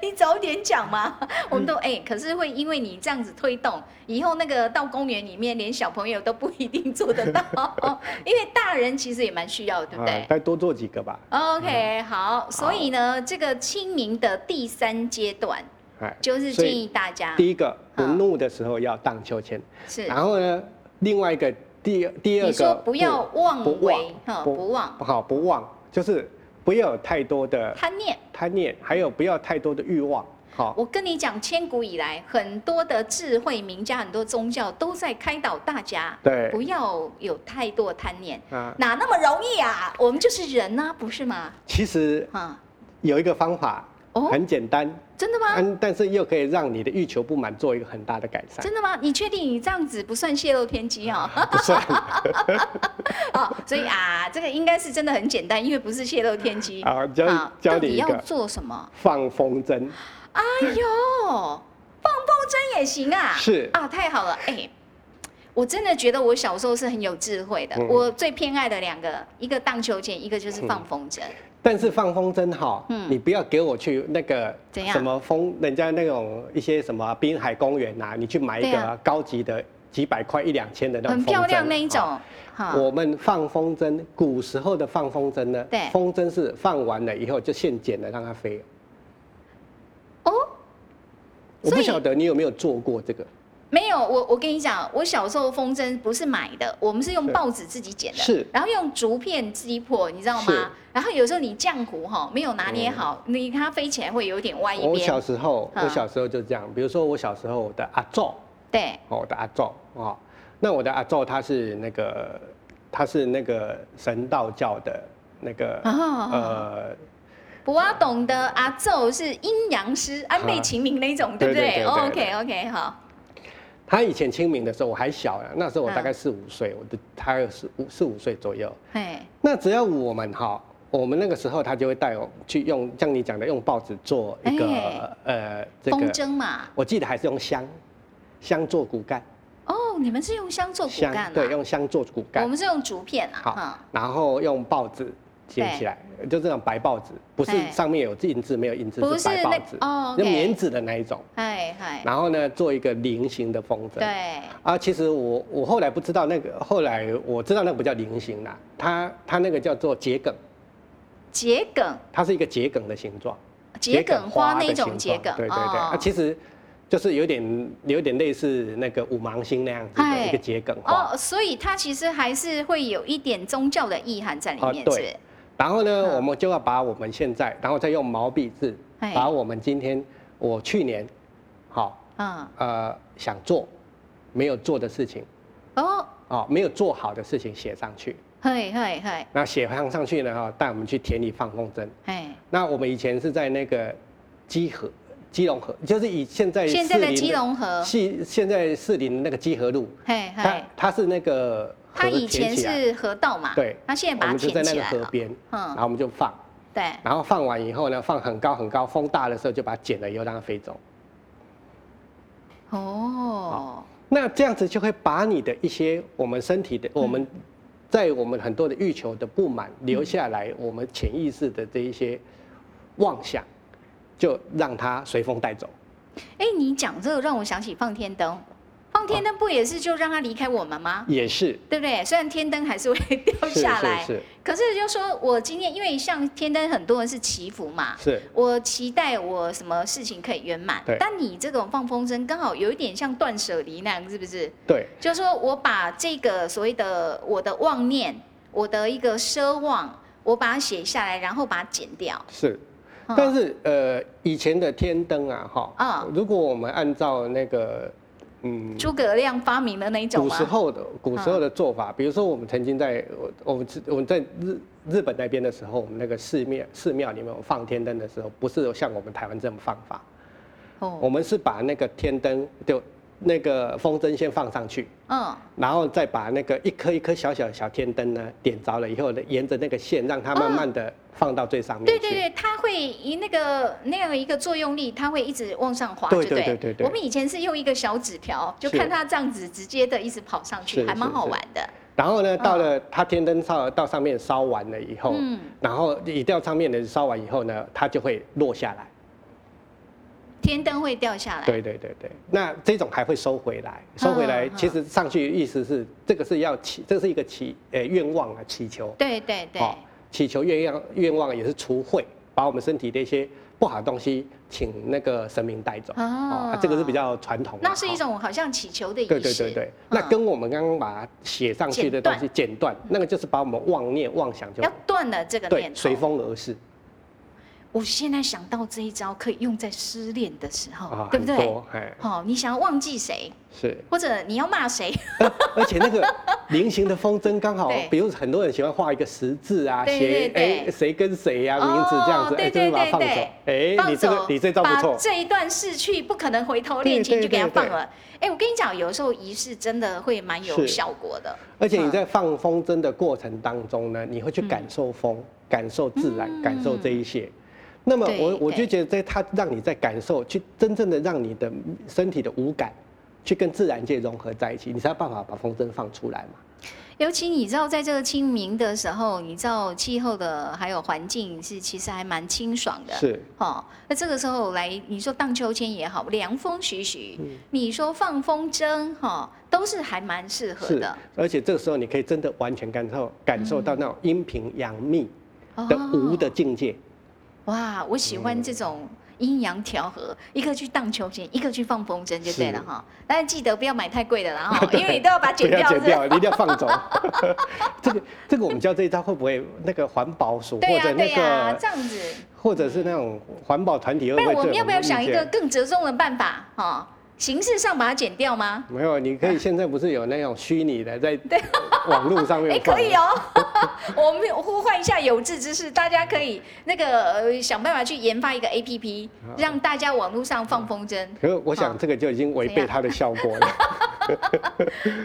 你早点讲嘛，嗯我们都哎、可是会因为你这样子推动，以后那个到公园里面，连小朋友都不一定做得 到，因为大人其实也蛮需要 的，对不对啊？再多做几个吧。 OK，好，所以呢，这个清明的第三阶段哎，就是所建以议大家第一个不嗯怒的时候要荡秋千，是，然后呢，另外一个第第二嗯你个说不要妄不为，哈，忘不忘不好不忘，就是不要有太多的贪念。贪念，还有不要太多的欲望。好，我跟你讲，千古以来，很多的智慧名家、很多宗教都在开导大家，对不要有太多贪念，啊，哪那么容易啊？我们就是人呐、不是吗？其实啊，有一个方法哦很简单，真的吗？嗯，但是又可以让你的欲求不满做一个很大的改善，真的吗？你确定你这样子不算泄露天机哦？ 不算 哦，所以啊，这个应该是真的很简单，因为不是泄露天机。 好教你啊教到你底一要个做什么？放风筝，哎呦，放风筝也行啊！是啊，太好了，哎、我真的觉得我小时候是很有智慧的。嗯我最偏爱的两个，一个荡秋千，一个就是放风筝。但是放风筝哈，嗯你不要给我去那个怎样什么风，人家那种一些什么滨海公园呐，你去买一对个啊高级的几百块一两千的那种很风筝漂啊亮那一。哈种。哈我们放风筝，古时候的放风筝呢对，风筝是放完了以后就现剪了让它飞。哦，我所不以晓得你有没有做过这个，没有，我我跟你讲，我小时候风筝不是买的，我们是用对报纸自己剪的，是然后用竹片击破，你知道是嗯吗？然后有时候你浆糊哈没有拿捏好，你它飞起来会有点歪一我小边。时候，嗯我小时候就这样，比如说我小时候我的阿昼，对，哦，我的阿昼哦，那我的阿昼他是那个他是那个神道教的那个、哦呃，博阿懂的阿奏是阴阳师，安倍晴明那种，对不对对对对对哦对？OK OK，好，他以前清明的时候我还小啊，那时候我大概嗯四五岁，我的他有四五四五岁左右。哎，那只要我们哈、我们那个时候他就会带我去用像你讲的用报纸做一个、哎呃这风个，筝嘛，我记得还是用香香做骨干，哦，你们是用香做骨香干对啊？用香做骨干我。们是用竹片啊，好哈，，然后用报纸接对起来，就这种白报纸，不是哎上面有印字没有印字，不是白是报那纸，哦就，OK 棉纸的那一种。嗨嗨，然后呢，做一个菱形的风筝。对，啊，其实我我后来不知道那个，后来我知道那个不叫菱形啦，它它那个叫做桔梗，桔梗，它是一个桔梗的形状，桔梗花的那形种桔状梗，对对对，哦啊，其实就是有点有点类似那个五芒星那样子的哎一个桔梗花。哦，所以它其实还是会有一点宗教的意涵在里面，啊是对不是？然后呢，嗯我们就要把我们现在，然后再用毛笔字哎，把我们今天我去年好嗯，呃想做没有做的事情哦，哦，没有做好的事情写上去。嘿嘿嘿，那写上上去呢，哦带我们去田里放风筝。嘿，那我们以前是在那个基河、基隆河，就是以现在现在士的林基隆河，系现在士林的那个基河路，嘿它嘿，它是那个它河以填前起来，是河道嘛，对它现在我把它们就在填那起个来河了，边，然嗯，后我们就放。对，然后放完以后呢，放很高很高，风大的时候就把它剪了以后让它飞走。哦，那这样子就会把你的一些我们身体的嗯我们。在我们很多的欲求的不满留下来，我们潜意识的这一些妄想，就让它随风带走。哎，你讲这个让我想起放天灯，放天灯不也是就让它离开我们吗？也是，对不对？虽然天灯还是会 掉是下来，是可是就说我今天，因为像天灯，很多人是祈福嘛，是是，我期待我什么事情可以圆满对。但你这种放风筝，刚好有一点像断舍离那样，是不是？对，就是说我把这个所谓的我的妄念，我的一个奢望，我把它写下来，然后把它剪掉。是。嗯但是呃，以前的天灯啊，哈，嗯如果我们按照那个嗯诸葛亮发明的那一种古吗嗯时？候的古时候的做法，比如说我们曾经在我我们我们在日日本那边的时候，我们那个寺庙寺庙里面有放天灯的时候，不是有像我们台湾这么放法，我哦，们是把那个天灯就那个风筝先放上去，嗯，然后再把那个一颗一颗小小的小天灯呢点着了以后呢，沿着那个线让它慢慢的放到最上面啊对去。对对，它会以那个那样的一个作用力，它会一直往上滑，对就对对对对我们以前是用一个小纸条，就是看它这样子直接的一直跑上去，是还蛮是好是玩的。然后呢，到了它天灯烧到上面烧完了以后，嗯然后一掉上面的烧完以后呢，它就会落下来。天灯会掉下来。对对对对，那这种还会收回来，收回来嗯，嗯其实上去意思是这个是要祈，这是一个祈呃愿望啊，祈求，对对对，哦祈求愿望愿望也是除秽，把我们身体的一些不好的东西，请那个神明带走。哦啊这个是比较传统的，那是一哦种好像祈求的仪式。对对对对，那嗯跟我们刚刚把它写上去的东西剪断，那个就是把我们妄念妄想就要断了这个对念头。随风而逝我现在想到这一招可以用在失恋的时候，哦啊，对不很对？多哎哦，你想要忘记谁，是。或者你要骂谁， 而且那个菱形的风筝刚好对，比如很多人喜欢画一个十字啊，对写对对哎谁跟谁呀、哦名字这样子，对哎，对就是把它放对走。哎，放你这走个，你这招不把错，这一段逝去不可能回头恋情对就对给他对放对了。哎，我跟你讲，有时候仪式真的会蛮有是效果的。而且你在放风筝的过程当中呢，你会去感受风，感受自然，感受这一些。那么嗯对我我就对觉得，在它让你在感受，去真正的让你的身体的五感，去跟自然界融合在一起，你才有办法把风筝放出来嘛。尤其你知道，在这个清明的时候，你知道气候的还有环境是其实还蛮清爽的。是哦，那这个时候来，你说荡秋千也好，凉风徐徐，嗯你说放风筝哈、都是还蛮适合是的。，嗯而且这个时候你可以真的完全感受感受到那种阴平阳密。的无的嗯境界，哦哇，我喜欢这种阴阳调和，一个去荡秋千，一个去放风筝就对了是哈。但是记得不要买太贵的啦 哈，因为你都要把它不剪要掉，是剪不是掉，你一定要放走。 这个这个我们叫这一招会不会那个环保署对或呀、者对那呀、个这样子。或者是那种环保团体会不不会然我对们要不要有想意一个见？更折中的办法哈、哦？形式上把它剪掉吗？没有，你可以现在不是有那种虚拟的在网络上 哎、面放可以哦，我们呼唤一下有志之士，大家可以那个呃想办法去研发一个 A P P，让啊大家网络上放风筝。可是我想这个就已经违背它的效果了。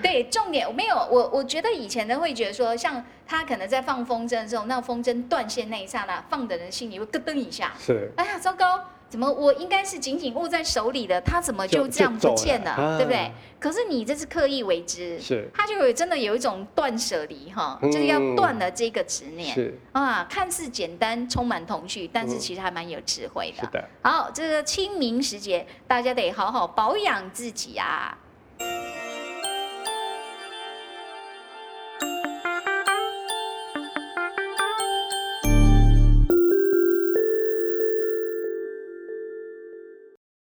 对，重点没有我，我觉得以前的会觉得说，像他可能在放风筝的时候，那风筝断线那一刹那，放的人心里会咯噔一下，是，哎呀，糟糕，怎么我应该是紧紧握在手里的，他怎么就就这样就不走见了，了啊对不对？可是你这是刻意为之，是他就有真的有一种断舍离哈，嗯就是要断了这个执念。是啊，看似简单，充满童趣，但是嗯其实还蛮有智慧的。是的，好，这个清明时节，大家得好好保养自己啊。